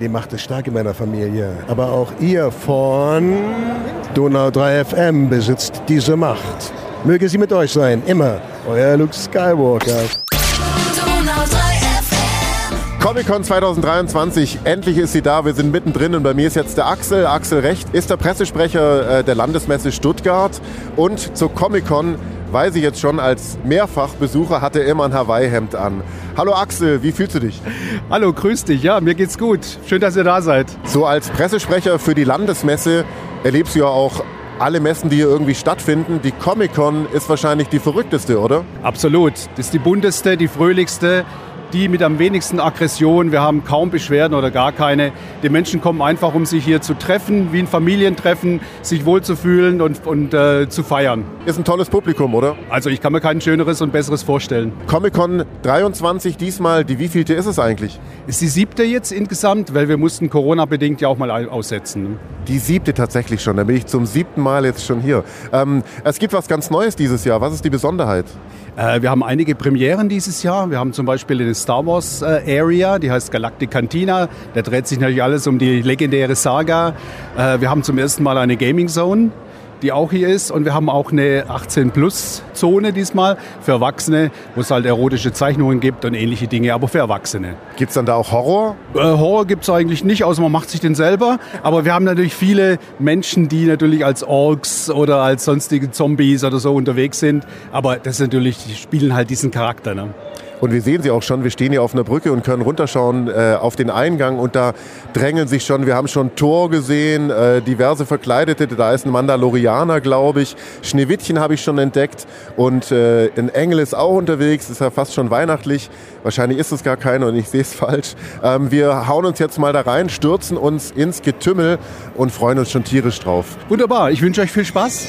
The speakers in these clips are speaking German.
Ihr macht es stark in meiner Familie. Aber auch ihr von Donau 3 FM besitzt diese Macht. Möge sie mit euch sein, immer. Euer Luke Skywalker. Donau 3 FM. Comic-Con 2023, endlich ist sie da. Wir sind mittendrin und bei mir ist jetzt der Axel. Axel Recht ist der Pressesprecher äh, der Landesmesse Stuttgart. Und zur Comic-Con weiß ich jetzt schon, als Mehrfachbesucher hatte er immer ein Hawaii-Hemd an. Hallo Axel, wie fühlst du dich? Hallo, grüß dich. Ja, mir geht's gut. Schön, dass ihr da seid. So als Pressesprecher für die Landesmesse erlebst du ja auch alle Messen, die hier irgendwie stattfinden. Die Comic-Con ist wahrscheinlich die verrückteste, oder? Absolut. Das ist die bunteste, die fröhlichste, die mit am wenigsten Aggression. Wir haben kaum Beschwerden oder gar keine. Die Menschen kommen einfach, um sich hier zu treffen, wie ein Familientreffen, sich wohlzufühlen und, und äh, zu feiern. Ist ein tolles Publikum, oder? Also ich kann mir kein schöneres und besseres vorstellen. Comic-Con 23 diesmal, die wievielte ist es eigentlich? Ist die siebte jetzt insgesamt, weil wir mussten Corona-bedingt ja auch mal au- aussetzen. ne? Die siebte tatsächlich schon, da bin ich zum siebten Mal jetzt schon hier. Ähm, es gibt was ganz Neues dieses Jahr. Was ist die Besonderheit? Äh, wir haben einige Premieren dieses Jahr. Wir haben zum Beispiel eine Star Wars äh, Area, die heißt Galactic Cantina. Da dreht sich natürlich alles um die legendäre Saga. Äh, wir haben zum ersten Mal eine Gaming Zone, die auch hier ist. Und wir haben auch eine 18-Plus-Zone diesmal für Erwachsene, wo es halt erotische Zeichnungen gibt und ähnliche Dinge, aber für Erwachsene. Gibt es dann da auch Horror? Äh, Horror gibt es eigentlich nicht, außer man macht sich den selber. Aber wir haben natürlich viele Menschen, die natürlich als Orks oder als sonstige Zombies oder so unterwegs sind. Aber das ist natürlich, die spielen halt diesen Charakter. Ne? Und wir sehen sie auch schon, wir stehen hier auf einer Brücke und können runterschauen äh, auf den Eingang und da drängeln sich schon, wir haben schon Tor gesehen, äh, diverse Verkleidete, da ist ein Mandalorianer, glaube ich, Schneewittchen habe ich schon entdeckt und äh, ein Engel ist auch unterwegs, ist ja fast schon weihnachtlich, wahrscheinlich ist es gar keiner und ich sehe es falsch. Ähm, wir hauen uns jetzt mal da rein, stürzen uns ins Getümmel und freuen uns schon tierisch drauf. Wunderbar, ich wünsche euch viel Spaß.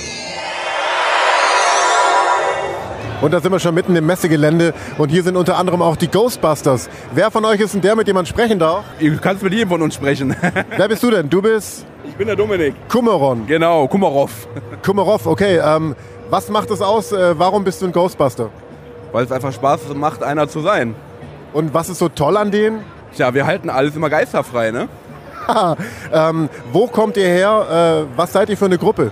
Und da sind wir schon mitten im Messegelände und hier sind unter anderem auch die Ghostbusters. Wer von euch ist denn der, mit dem man sprechen darf? Du kannst mit jedem von uns sprechen. Wer bist du denn? Du bist Ich bin der Dominik. Kummeron. Genau, Kumarov. Kummerov, okay. Ähm, was macht es aus? Äh, warum bist du ein Ghostbuster? Weil es einfach Spaß macht, einer zu sein. Und was ist so toll an denen? Tja, wir halten alles immer geisterfrei, ne? Ähm, wo kommt ihr her? Äh, was seid ihr für eine Gruppe?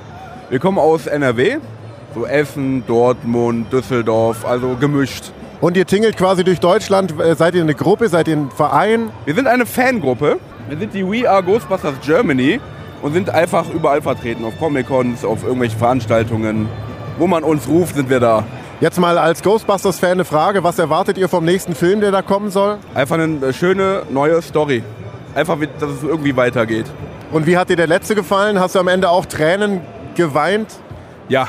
Wir kommen aus NRW. So Essen, Dortmund, Düsseldorf, also gemischt. Und ihr tingelt quasi durch Deutschland. Äh, seid ihr eine Gruppe? Seid ihr ein Verein? Wir sind eine Fangruppe. Wir sind die We Are Ghostbusters Germany und sind einfach überall vertreten. Auf Comic-Cons, auf irgendwelche Veranstaltungen. Wo man uns ruft, sind wir da. Jetzt mal als Ghostbusters-Fan eine Frage. Was erwartet ihr vom nächsten Film, der da kommen soll? Einfach eine äh, schöne neue Story. Einfach, dass es irgendwie weitergeht. Und wie hat dir der letzte gefallen? Hast du am Ende auch Tränen geweint? Ja,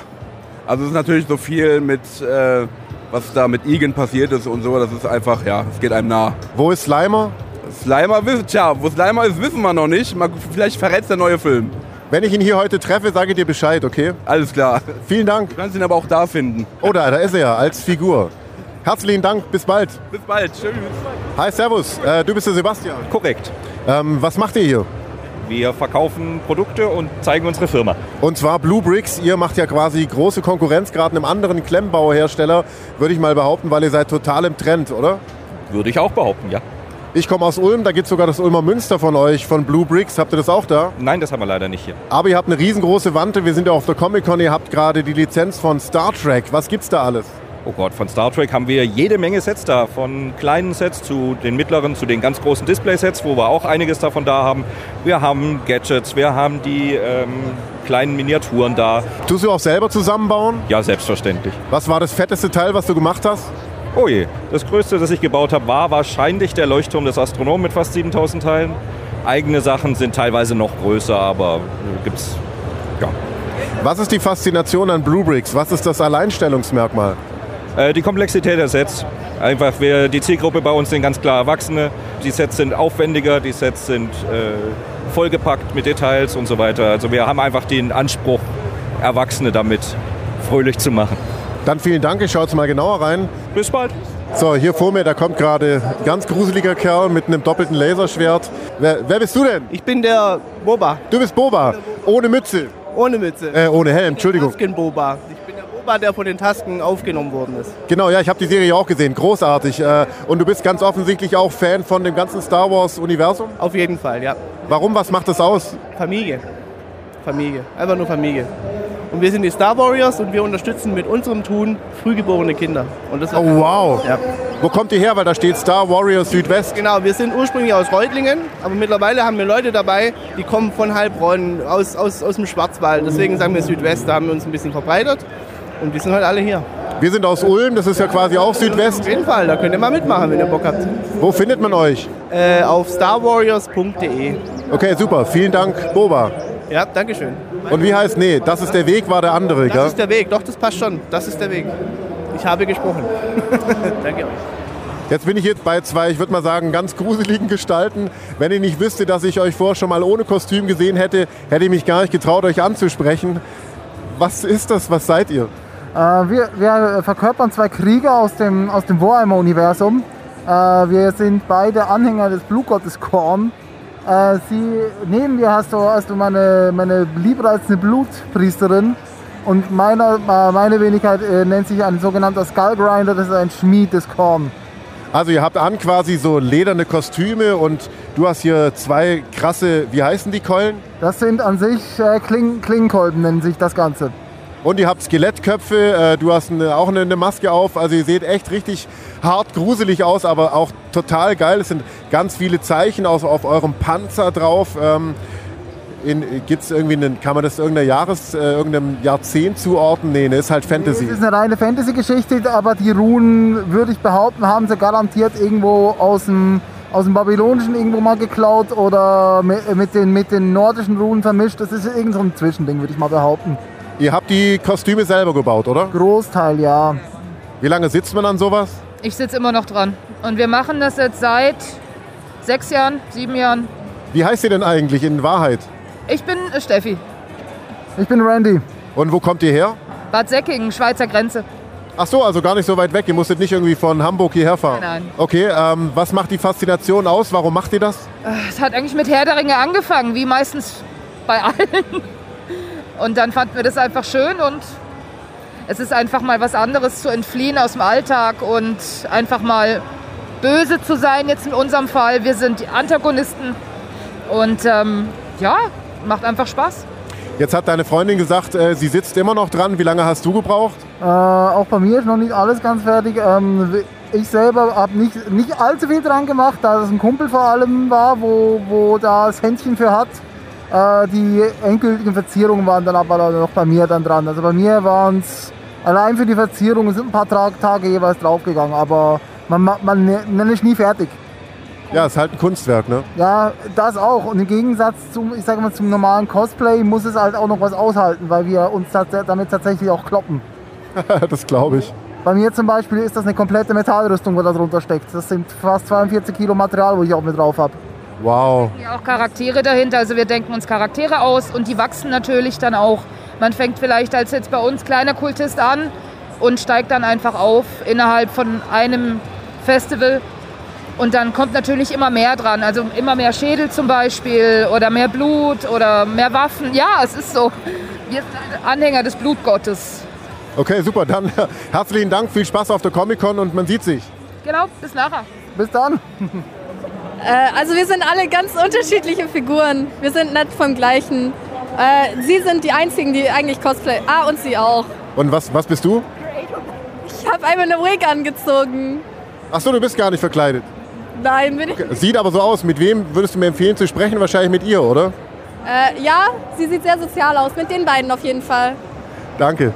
also es ist natürlich so viel mit, äh, was da mit Igen passiert ist und so, das ist einfach, ja, es geht einem nah. Wo ist Slimer? Slimer, wiss- tja, wo Slimer ist, wissen wir noch nicht. Mal, vielleicht verrät der neue Film. Wenn ich ihn hier heute treffe, sage ich dir Bescheid, okay? Alles klar. Du Vielen Dank. kannst ihn aber auch da finden. Oh, da, da ist er ja, als Figur. Herzlichen Dank, bis bald. Bis bald, tschüss. Hi, Servus. Äh, du bist der Sebastian. Korrekt. Ähm, was macht ihr hier? Wir verkaufen Produkte und zeigen unsere Firma. Und zwar Blue Bricks. Ihr macht ja quasi große Konkurrenz gerade einem anderen Klemmbauhersteller, würde ich mal behaupten, weil ihr seid total im Trend, oder? Würde ich auch behaupten, ja. Ich komme aus Ulm, da gibt es sogar das Ulmer Münster von euch, von Blue Bricks. Habt ihr das auch da? Nein, das haben wir leider nicht hier. Aber ihr habt eine riesengroße Wante. Wir sind ja auf der Comic-Con. Ihr habt gerade die Lizenz von Star Trek. Was gibt's da alles? Oh Gott, von Star Trek haben wir jede Menge Sets da. Von kleinen Sets zu den mittleren, zu den ganz großen Display-Sets, wo wir auch einiges davon da haben. Wir haben Gadgets, wir haben die ähm, kleinen Miniaturen da. Tust du auch selber zusammenbauen? Ja, selbstverständlich. Was war das fetteste Teil, was du gemacht hast? Oh je, das Größte, das ich gebaut habe, war wahrscheinlich der Leuchtturm des Astronomen mit fast 7000 Teilen. Eigene Sachen sind teilweise noch größer, aber äh, gibt's ja, Was ist die Faszination an Blue Bricks? Was ist das Alleinstellungsmerkmal? Äh, Die Komplexität der Sets. Einfach, wir, die Zielgruppe bei uns sind ganz klar Erwachsene. Die Sets sind aufwendiger, die Sets sind äh, vollgepackt mit Details und so weiter. Also wir haben einfach den Anspruch, Erwachsene damit fröhlich zu machen. Dann vielen Dank, ich schaue jetzt mal genauer rein. Bis bald. So, hier vor mir, da kommt gerade ein ganz gruseliger Kerl mit einem doppelten Laserschwert. Wer, wer bist du denn? Ich bin der Boba, Du bist Boba, ohne Mütze, ohne Mütze. äh, ohne Helm, Entschuldigung. Masken Boba. Ich bin der Boba. Nachbar, der von den Tasken aufgenommen worden ist. Genau, ja, ich habe die Serie auch gesehen. Großartig. Äh, Und du bist ganz offensichtlich auch Fan von dem ganzen Star Wars-Universum. Auf jeden Fall, ja. Warum? Was macht das aus? Familie. Familie. Einfach nur Familie. Und wir sind die Star Warriors und wir unterstützen mit unserem Tun frühgeborene Kinder. Und das Oh, wow. Ja. Wo kommt ihr her? Weil da steht Star Warriors Südwest. Genau, wir sind ursprünglich aus Reutlingen, aber mittlerweile haben wir Leute dabei, die kommen von Heilbronn, aus, aus, aus dem Schwarzwald. Deswegen sagen wir Südwest, da haben wir uns ein bisschen verbreitert. Und die sind heute alle hier. Wir sind aus Ulm, das ist ja quasi auch Auf Südwest. jeden Fall, da könnt ihr mal mitmachen, wenn ihr Bock habt. Wo findet man euch? Äh, auf starwarriors.de. Okay, super. Vielen Dank, Boba. Ja, Dankeschön. Und wie heißt, nee, das ist der Weg, war der andere, Das gell? ist der Weg, doch, das passt schon. Das ist der Weg. Ich habe gesprochen. Danke euch. Jetzt bin ich jetzt bei zwei, ich würde mal sagen, ganz gruseligen Gestalten. Wenn ihr nicht wüsste, dass ich euch vorher schon mal ohne Kostüm gesehen hätte, hätte ich mich gar nicht getraut, euch anzusprechen. Was ist das? Was seid ihr? Äh, wir, wir verkörpern zwei Krieger aus dem, aus dem Warhammer-Universum. Äh, wir sind beide Anhänger des Blutgottes Korn. Äh, sie, neben mir hast du, hast du meine, meine liebreizende Blutpriesterin. Und meiner, äh, meine Wenigkeit äh, nennt sich ein sogenannter Skullgrinder, das ist ein Schmied des Korn. Also ihr habt an quasi so lederne Kostüme und du hast hier zwei krasse, wie heißen die Keulen? Das sind an sich äh, Kling, Klingenkolben, nennen sich das Ganze. Und ihr habt Skelettköpfe, äh, du hast eine, auch eine, eine Maske auf. Also ihr seht echt richtig hart gruselig aus, aber auch total geil. Es sind ganz viele Zeichen aus, auf eurem Panzer drauf. Ähm, in, gibt's irgendwie einen, kann man das irgendeiner Jahres, äh, irgendeinem Jahrzehnt zuordnen? Nee, ne, ist halt Fantasy. Es ist eine reine Fantasy-Geschichte, aber die Runen, würde ich behaupten, haben sie garantiert irgendwo aus dem, aus dem Babylonischen irgendwo mal geklaut oder mit, mit, den, mit den nordischen Runen vermischt. Das ist irgend so ein Zwischending, würde ich mal behaupten. Ihr habt die Kostüme selber gebaut, oder? Großteil, ja. Wie lange sitzt man an sowas? Ich sitze immer noch dran. Und wir machen das jetzt seit sechs Jahren, sieben Jahren. Wie heißt ihr denn eigentlich in Wahrheit? Ich bin äh, Steffi. Ich bin Randy. Und wo kommt ihr her? Bad Säckingen, Schweizer Grenze. Ach so, also gar nicht so weit weg. Ihr musstet nicht irgendwie von Hamburg hierher fahren. Nein, nein. Okay, ähm, was macht die Faszination aus? Warum macht ihr das? Äh, Es hat eigentlich mit Herr der Ringe angefangen, wie meistens bei allen. Und dann fanden wir das einfach schön und es ist einfach mal was anderes zu entfliehen aus dem Alltag und einfach mal böse zu sein, jetzt in unserem Fall. Wir sind die Antagonisten und ähm, ja, macht einfach Spaß. Jetzt hat deine Freundin gesagt, äh, sie sitzt immer noch dran. Wie lange hast du gebraucht? Äh, auch bei mir ist noch nicht alles ganz fertig. Ähm, ich selber habe nicht, nicht allzu viel dran gemacht, da das ein Kumpel vor allem war, wo, wo da das Händchen für hat. Äh, die endgültigen Verzierungen waren dann aber noch bei mir dann dran. Also bei mir waren es allein für die Verzierungen sind ein paar Tra Tage jeweils draufgegangen, aber man, ma- man, ne-, man ist nie fertig. Ja, ist halt ein Kunstwerk, ne? Ja, das auch. Und im Gegensatz zum, ich sag mal, zum normalen Cosplay muss es halt auch noch was aushalten, weil wir uns tats damit tatsächlich auch kloppen. das glaube ich. Bei mir zum Beispiel ist das eine komplette Metallrüstung, die da drunter steckt. Das sind fast 42 Kilo Material, wo ich auch mit drauf habe. Wow. Ja, auch Charaktere dahinter, also wir denken uns Charaktere aus und die wachsen natürlich dann auch. Man fängt vielleicht als jetzt bei uns kleiner Kultist an und steigt dann einfach auf innerhalb von einem Festival. Und dann kommt natürlich immer mehr dran, also immer mehr Schädel zum Beispiel oder mehr Blut oder mehr Waffen. Ja, es ist so. Wir sind Anhänger des Blutgottes. Okay, super. Dann herzlichen Dank, viel Spaß auf der Comic-Con und man sieht sich. Genau, bis nachher. Bis dann. Äh, also wir sind alle ganz unterschiedliche Figuren. Wir sind nicht vom gleichen. Äh, sie sind die einzigen, die eigentlich Cosplay. Ah, und sie auch. Und was, was bist du? Ich habe einmal eine Wig angezogen. Ach so, du bist gar nicht verkleidet. Nein, bin ich. Sieht aber so aus. Mit wem würdest du mir empfehlen zu sprechen? Wahrscheinlich mit ihr, oder? Äh, ja, sie sieht sehr sozial aus. Mit den beiden auf jeden Fall. Danke.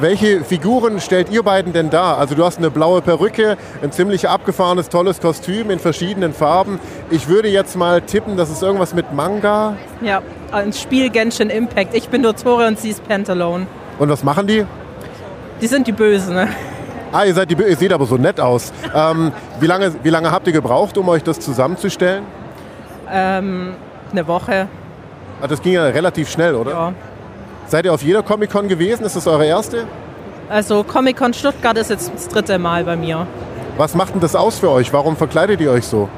Welche Figuren stellt ihr beiden denn dar? Also du hast eine blaue Perücke, ein ziemlich abgefahrenes, tolles Kostüm in verschiedenen Farben. Ich würde jetzt mal tippen, das ist irgendwas mit Manga. Ja, ein Spiel Genshin Impact. Ich bin Dottore und sie ist Pantalone. Und was machen die? Die sind die Bösen, ne? Ah, ihr, seid die, Bö- ihr seht aber so nett aus. Ähm, wie, lange, wie lange habt ihr gebraucht, um euch das zusammenzustellen? Ähm, eine Woche. Ah, Das ging ja relativ schnell, oder? Ja. Seid ihr auf jeder Comic-Con gewesen? Ist das eure erste? Also Comic-Con Stuttgart ist jetzt das dritte Mal bei mir. Was macht denn das aus für euch? Warum verkleidet ihr euch so?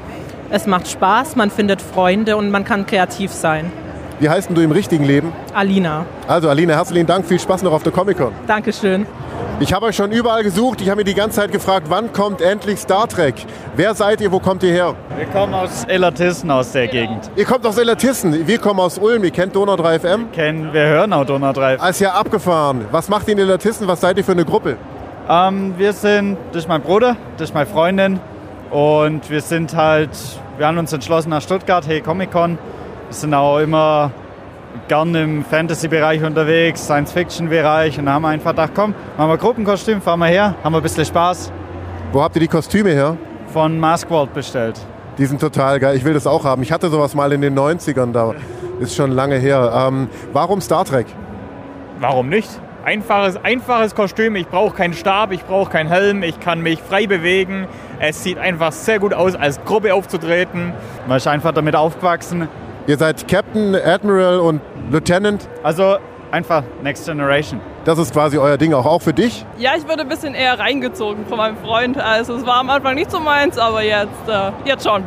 Es macht Spaß, man findet Freunde und man kann kreativ sein. Wie heißt denn du im richtigen Leben? Alina. Also Alina, herzlichen Dank, viel Spaß noch auf der Comic-Con. Dankeschön. Ich habe euch schon überall gesucht, ich habe mir die ganze Zeit gefragt, wann kommt endlich Star Trek? Wer seid ihr, wo kommt ihr her? Wir kommen aus Elatissen aus der Gegend. Ihr kommt aus Elatissen, wir kommen aus Ulm, ihr kennt Donau 3 FM? Kennen, wir hören auch Donau 3 Ah, Ist ja abgefahren. Was macht ihr in Elatissen, was seid ihr für eine Gruppe? Ähm, wir sind durch meinen Bruder, durch meine Freundin und wir sind halt, wir haben uns entschlossen nach Stuttgart, hey Comic Con. Wir sind auch immer gern im Fantasy-Bereich unterwegs, Science-Fiction-Bereich und haben einfach gedacht, komm, machen wir Gruppenkostüm, fahren wir her, haben wir ein bisschen Spaß. Wo habt ihr die Kostüme her? Von Maskworld bestellt. Die sind total geil, ich will das auch haben. Ich hatte sowas mal in den 90ern, da ist schon lange her. Ähm, warum Star Trek? Warum nicht? Einfaches, einfaches Kostüm, ich brauche keinen Stab, ich brauche keinen Helm, ich kann mich frei bewegen. Es sieht einfach sehr gut aus, als Gruppe aufzutreten. Man ist einfach damit aufgewachsen. Ihr seid Captain, Admiral und Lieutenant. Also einfach Next Generation. Das ist quasi euer Ding auch, auch für dich? Ja, ich wurde ein bisschen eher reingezogen von meinem Freund. Also es war am Anfang nicht so meins, aber jetzt, äh, jetzt schon.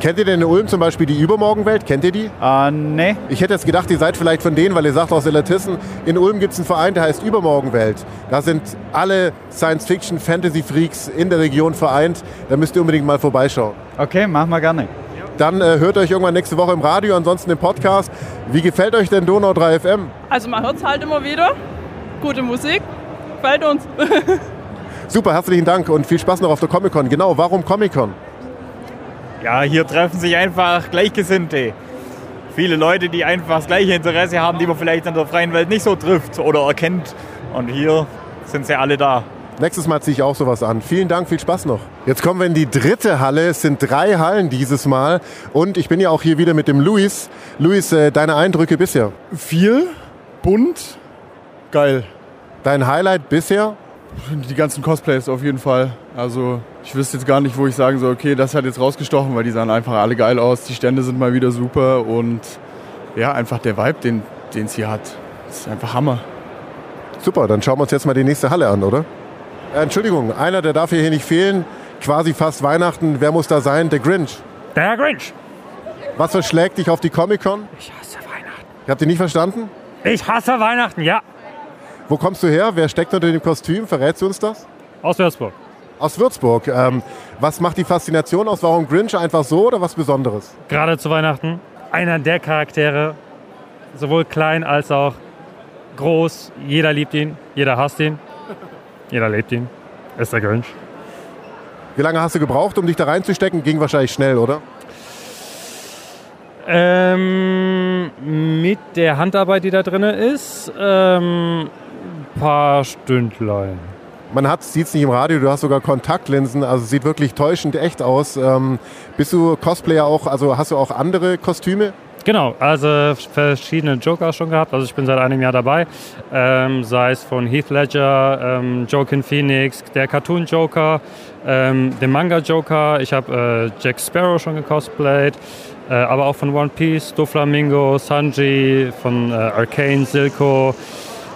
Kennt ihr denn in Ulm zum Beispiel die Übermorgenwelt? Kennt ihr die? Ah, nee. Ich hätte jetzt gedacht, ihr seid vielleicht von denen, weil ihr sagt aus Elatissen, in Ulm gibt es einen Verein, der heißt Übermorgenwelt. Da sind alle Science-Fiction-Fantasy-Freaks in der Region vereint. Da müsst ihr unbedingt mal vorbeischauen. Okay, machen wir gerne. Dann äh, hört euch irgendwann nächste Woche im Radio, ansonsten im Podcast. Wie gefällt euch denn Donau 3 FM? Also man hört es halt immer wieder. Gute Musik. Gefällt uns. Super, herzlichen Dank und viel Spaß noch auf der Comic-Con. Genau, warum Comic-Con? Ja, hier treffen sich einfach Gleichgesinnte. Viele Leute, die einfach das gleiche Interesse haben, die man vielleicht in der freien Welt nicht so trifft oder erkennt. Und hier sind sie alle da. Nächstes Mal ziehe ich auch sowas an. Vielen Dank, viel Spaß noch. Jetzt kommen wir in die dritte Halle. Es sind drei Hallen dieses Mal. Und ich bin ja auch hier wieder mit dem Luis. Luis, äh, deine Eindrücke bisher? Viel, bunt, geil. Dein Highlight bisher? Die ganzen Cosplays auf jeden Fall. Also ich wüsste jetzt gar nicht, wo ich sagen soll, okay, das hat jetzt rausgestochen, weil die sahen einfach alle geil aus. Die Stände sind mal wieder super und ja, einfach der Vibe, den es hier hat. Das ist einfach Hammer. Super, dann schauen wir uns jetzt mal die nächste Halle an, oder? Äh, Entschuldigung, einer, der darf hier nicht fehlen. Quasi fast Weihnachten. Wer muss da sein? Der Grinch. Der Grinch. Was verschlägt dich auf die Comic-Con? Ich hasse Weihnachten. Habt ihr nicht verstanden? Ich hasse Weihnachten, ja. Wo kommst du her? Wer steckt unter dem Kostüm? Verrätst du uns das? Aus Würzburg. Aus Würzburg. Ähm, was macht die Faszination aus? Warum Grinch einfach so oder was Besonderes? Gerade zu Weihnachten. Einer der Charaktere, sowohl klein als auch groß. Jeder liebt ihn, jeder hasst ihn, jeder lebt ihn. Ist der Grinch. Wie lange hast du gebraucht, um dich da reinzustecken? Ging wahrscheinlich schnell, oder? Ähm, mit der Handarbeit, die da drin ist, ähm, paar Stündlein. Man sieht es nicht im Radio, du hast sogar Kontaktlinsen, also sieht wirklich täuschend echt aus. Ähm, bist du Cosplayer auch, also hast du auch andere Kostüme? Genau, also verschiedene Joker schon gehabt. Also ich bin seit einem Jahr dabei. Ähm, sei es von Heath Ledger, ähm, Joaquin Phoenix, der Cartoon Joker, ähm, dem Manga Joker. Ich habe äh, Jack Sparrow schon gecosplayt. Äh, aber auch von One Piece, Doflamingo, Sanji, von äh, Arcane, Silco.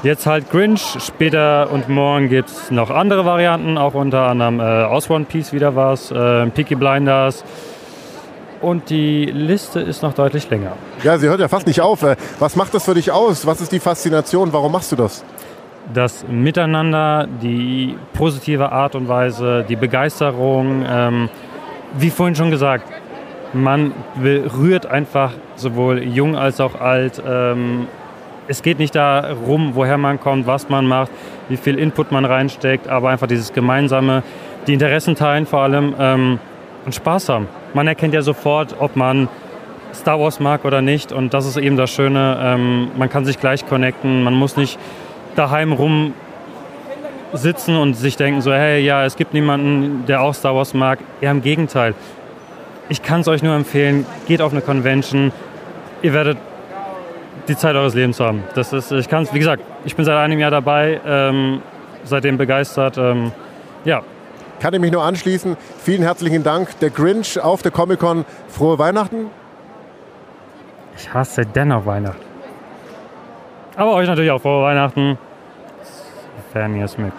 Jetzt halt Grinch. Später und morgen gibt es noch andere Varianten. Auch unter anderem äh, aus One Piece wieder was, äh, Peaky Blinders. Und die Liste ist noch deutlich länger. Ja, sie hört ja fast nicht auf. Äh, Was macht das für dich aus? Was ist die Faszination? Warum machst du das? das Miteinander, die positive Art und Weise, die Begeisterung. Ähm, wie vorhin schon gesagt, man berührt einfach sowohl jung als auch alt. Ähm, es geht nicht darum, woher man kommt, was man macht, wie viel Input man reinsteckt, aber einfach dieses Gemeinsame, die Interessen teilen vor allem ähm, und Spaß haben. Man erkennt ja sofort, ob man Star Wars mag oder nicht. Und das ist eben das Schöne. Ähm, man kann sich gleich connecten. Man muss nicht daheim rum sitzen und sich denken so, hey, ja, es gibt niemanden, der auch Star Wars mag. Eher im Gegenteil. Ich kann es euch nur empfehlen. Geht auf eine Convention. Ihr werdet die Zeit eures Lebens haben. Das ist, ich kann wie gesagt, ich bin seit einem Jahr dabei, ähm, seitdem begeistert. Ähm, ja, Kann ich mich nur anschließen. Vielen herzlichen Dank. Der Grinch auf der Comic-Con. Frohe Weihnachten. ich hasse dennoch Weihnachten. Aber euch natürlich auch vor Weihnachten, sofern ihr es mögt.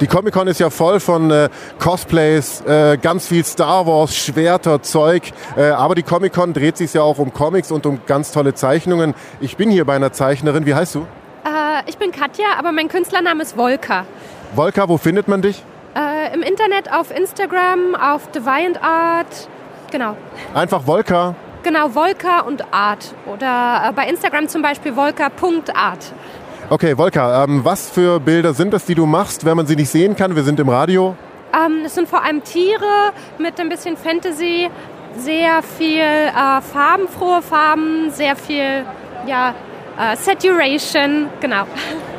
Die Comic-Con ist ja voll von äh, Cosplays, äh, ganz viel Star Wars, Schwerter, Zeug. Äh, aber die Comic-Con dreht sich ja auch um Comics und um ganz tolle Zeichnungen. Ich bin hier bei einer Zeichnerin. Wie heißt du? Äh, ich bin Katja, aber mein Künstlername ist Volker. Volka, wo findet man dich? Äh, Im Internet, auf Instagram, auf DeviantArt. Genau. Einfach Volka. Genau, Volker und Art. Oder äh, bei Instagram zum Beispiel volker.art. Okay, Volka, ähm, was für Bilder sind das, die du machst, wenn man sie nicht sehen kann? Wir sind im Radio. Ähm, es sind vor allem Tiere mit ein bisschen Fantasy, sehr viel äh, farbenfrohe Farben, sehr viel ja, äh, Saturation, genau.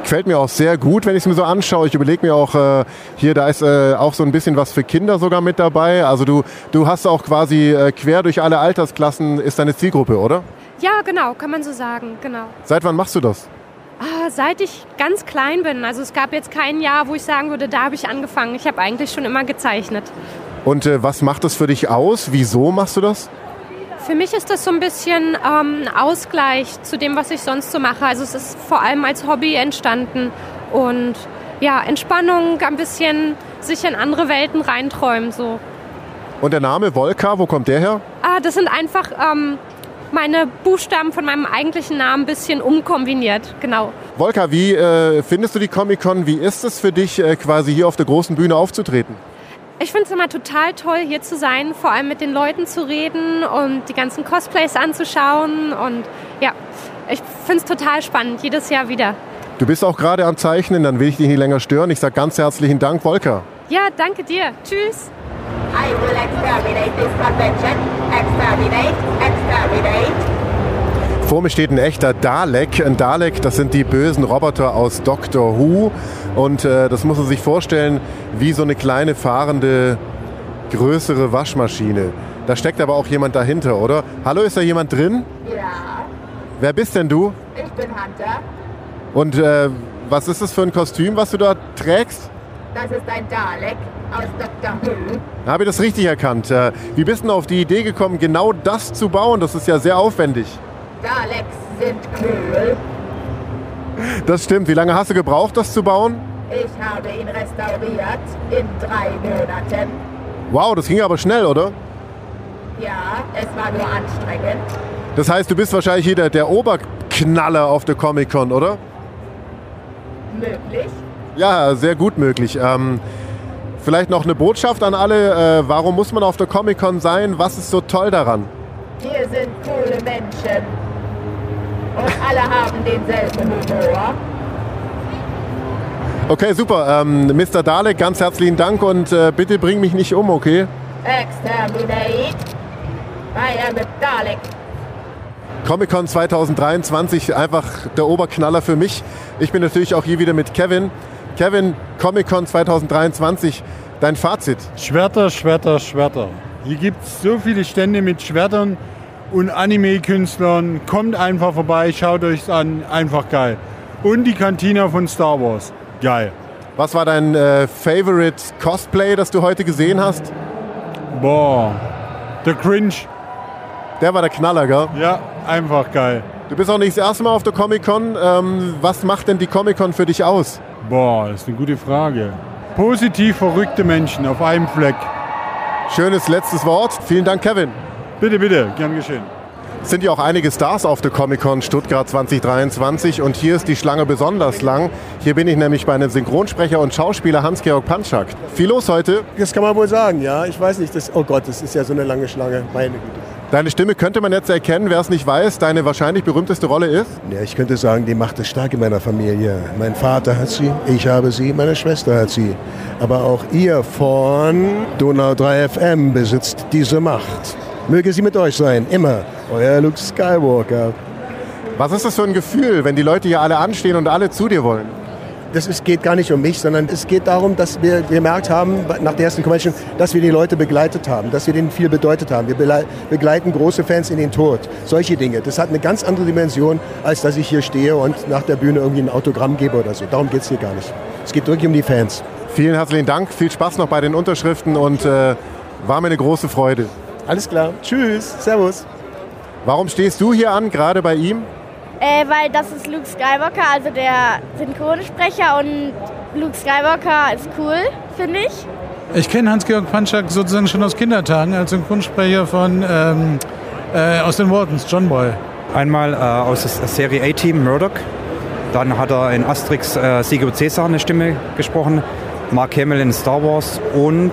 Gefällt mir auch sehr gut, wenn ich es mir so anschaue. Ich überlege mir auch, äh, hier, da ist äh, auch so ein bisschen was für Kinder sogar mit dabei. Also du, du hast auch quasi äh, quer durch alle Altersklassen ist deine Zielgruppe, oder? Ja, genau, kann man so sagen, genau. Seit wann machst du das? Ah, seit ich ganz klein bin, also es gab jetzt kein Jahr, wo ich sagen würde, da habe ich angefangen. Ich habe eigentlich schon immer gezeichnet. Und äh, was macht das für dich aus? Wieso machst du das? Für mich ist das so ein bisschen ähm, Ausgleich zu dem, was ich sonst so mache. Also es ist vor allem als Hobby entstanden und ja, Entspannung, ein bisschen sich in andere Welten reinträumen. So. Und der Name Volka, wo kommt der her? Ah, das sind einfach ähm, meine Buchstaben von meinem eigentlichen Namen ein bisschen umkombiniert, genau. Volka, wie äh, findest du die Comic-Con? Wie ist es für dich, äh, quasi hier auf der großen Bühne aufzutreten? Ich finde es immer total toll, hier zu sein, vor allem mit den Leuten zu reden und die ganzen Cosplays anzuschauen. Und ja, ich finde es total spannend, jedes Jahr wieder. Du bist auch gerade am Zeichnen, dann will ich dich nicht länger stören. Ich sage ganz herzlichen Dank, Volka. Ja, danke dir. Tschüss. I will exterminate this convention. Exterminate, exterminate. Vor mir steht ein echter Dalek. Ein Dalek, das sind die bösen Roboter aus Doctor Who. Und äh, das muss man sich vorstellen, wie so eine kleine fahrende, größere Waschmaschine. Da steckt aber auch jemand dahinter, oder? Hallo, ist da jemand drin? Ja, Wer bist denn du? ich bin Hunter. Und äh, was ist das für ein Kostüm, was du da trägst? Das ist ein Dalek aus Dr. Who. Habe ich das richtig erkannt? Äh, wie bist du auf die Idee gekommen, genau das zu bauen? Das ist ja sehr aufwendig. Daleks sind cool. Das stimmt. Wie lange hast du gebraucht, das zu bauen? Ich habe ihn restauriert in drei Monaten. Wow, das ging aber schnell, oder? Ja, es war nur anstrengend. Das heißt, du bist wahrscheinlich hier der, der Oberknaller auf der Comic-Con, oder? Möglich. Ja, sehr gut möglich. Ähm, vielleicht noch eine Botschaft an alle. Äh, warum muss man auf der Comic-Con sein? Was ist so toll daran? Hier sind coole Menschen. Und alle haben denselben Humor. Okay, super. Ähm, Mr. Dalek, ganz herzlichen Dank und äh, bitte bring mich nicht um, okay? Exterminate. I am a Dalek. Comic-Con 2023, einfach der Oberknaller für mich. Ich bin natürlich auch hier wieder mit Kevin. Kevin, Comic-Con 2023, dein Fazit. Schwerter, Schwerter, Schwerter. Hier gibt es so viele Stände mit Schwertern und Anime-Künstlern. Kommt einfach vorbei, schaut euch's an. Einfach geil. Und die Kantina von Star Wars. Geil. Was war dein äh, Favorite Cosplay, das du heute gesehen hast? Boah, der Cringe. Der war der Knaller, gell? Ja, einfach geil. Du bist auch nicht das erste Mal auf der Comic-Con. Ähm, was macht denn die Comic-Con für dich aus? Boah, das ist eine gute Frage. Positiv verrückte Menschen auf einem Fleck. Schönes letztes Wort. Vielen Dank, Kevin. Bitte, bitte, gern geschehen. Es sind ja auch einige Stars auf der Comic-Con Stuttgart 2023 und hier ist die Schlange besonders lang. Hier bin ich nämlich bei einem Synchronsprecher und Schauspieler Hans-Georg Panschak. Viel los heute. Das kann man wohl sagen, ja. Ich weiß nicht, das, oh Gott, das ist ja so eine lange Schlange. Meine Güte. Deine Stimme könnte man jetzt erkennen, wer es nicht weiß, deine wahrscheinlich berühmteste Rolle ist? Ja, ich könnte sagen, die macht es stark in meiner Familie. Mein Vater hat sie, ich habe sie, meine Schwester hat sie. Aber auch ihr von Donau 3 FM besitzt diese Macht. Möge sie mit euch sein, immer. Euer Luke Skywalker. Was ist das für ein Gefühl, wenn die Leute hier alle anstehen und alle zu dir wollen? Das ist, geht gar nicht um mich, sondern es geht darum, dass wir gemerkt haben, nach der ersten Convention, dass wir die Leute begleitet haben, dass wir denen viel bedeutet haben. Wir belei- begleiten große Fans in den Tod. Solche Dinge. Das hat eine ganz andere Dimension, als dass ich hier stehe und nach der Bühne irgendwie ein Autogramm gebe oder so. Darum geht es hier gar nicht. Es geht wirklich um die Fans. Vielen herzlichen Dank, viel Spaß noch bei den Unterschriften und äh, war mir eine große Freude. Alles klar. Tschüss. Servus. Warum stehst du hier an, gerade bei ihm? Äh, weil das ist Luke Skywalker, also der Synchronsprecher und Luke Skywalker ist cool, finde ich. Ich kenne Hans-Georg Panschak sozusagen schon aus Kindertagen als Synchronsprecher von ähm, äh, aus den Wardens, John Boy. Einmal äh, aus der Serie A-Team, Murdoch. Dann hat er in Asterix äh, Sigo Caesar eine Stimme gesprochen. Mark Hamill in Star Wars und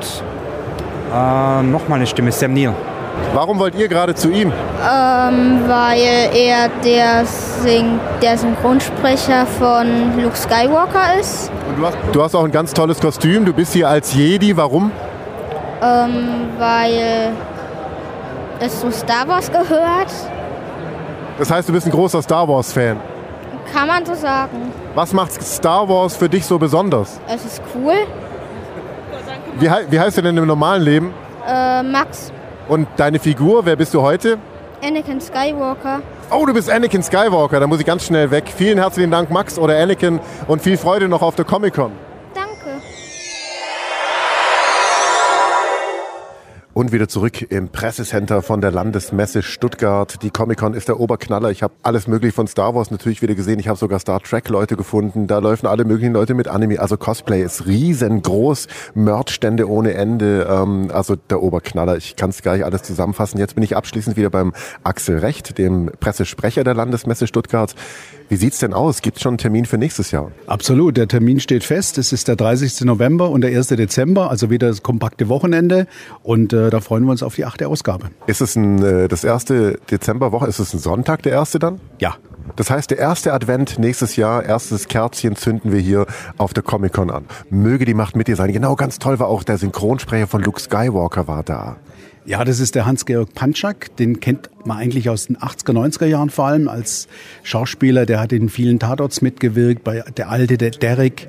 äh, nochmal eine Stimme, Sam Neill. Warum wollt ihr gerade zu ihm? Ähm, weil er der, Syn der Synchronsprecher von Luke Skywalker ist. Du hast, du hast auch ein ganz tolles Kostüm. Du bist hier als Jedi. Warum? Ähm, weil es zu Star Wars gehört. Das heißt, du bist ein großer Star Wars-Fan. Kann man so sagen. Was macht Star Wars für dich so besonders? Es ist cool. Wie, hei- wie heißt du denn im normalen Leben? Äh, Max, Und deine Figur, wer bist du heute? Anakin Skywalker. Oh, du bist Anakin Skywalker. Da muss ich ganz schnell weg. Vielen herzlichen Dank, Max oder Anakin. Und viel Freude noch auf der Comic-Con. Danke. Und wieder zurück im Pressecenter von der Landesmesse Stuttgart. Die Comic-Con ist der Oberknaller. Ich habe alles mögliche von Star Wars natürlich wieder gesehen. Ich habe sogar Star Trek-Leute gefunden. Da laufen alle möglichen Leute mit Anime. Also Cosplay ist riesengroß. Merch-Stände ohne Ende. Ähm, also der Oberknaller. Ich kann es gar nicht alles zusammenfassen. Jetzt bin ich abschließend wieder beim Axel Recht, dem Pressesprecher der Landesmesse Stuttgart. Wie sieht's denn aus? Gibt's schon einen Termin für nächstes Jahr? Absolut, der Termin steht fest. Es ist der 30. November und der 1. Dezember, also wieder das kompakte Wochenende. Und äh, da freuen wir uns auf die achte Ausgabe. Ist es ein, äh, das erste Dezemberwoche, ist es ein Sonntag, der erste dann? Ja. Das heißt, der erste Advent nächstes Jahr, erstes Kerzchen zünden wir hier auf der Comic-Con an. Möge die Macht mit dir sein. Genau, ganz toll war auch der Synchronsprecher von Luke Skywalker war da. Ja, das ist der Hans-Georg Panschak. Den kennt man eigentlich aus den 80er, 90er Jahren vor allem als Schauspieler. Der hat in vielen Tatorts mitgewirkt, bei der Alte, der Derek.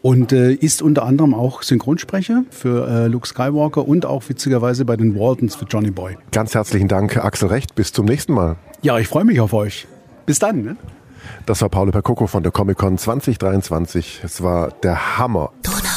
Und äh, ist unter anderem auch Synchronsprecher für äh, Luke Skywalker und auch witzigerweise bei den Waltons für Johnny Boy. Ganz herzlichen Dank, Axel Recht. Bis zum nächsten Mal. Ja, ich freue mich auf euch. Bis dann. Ne? Das war Paolo Percoco von der Comic-Con 2023. Es war der Hammer. Donau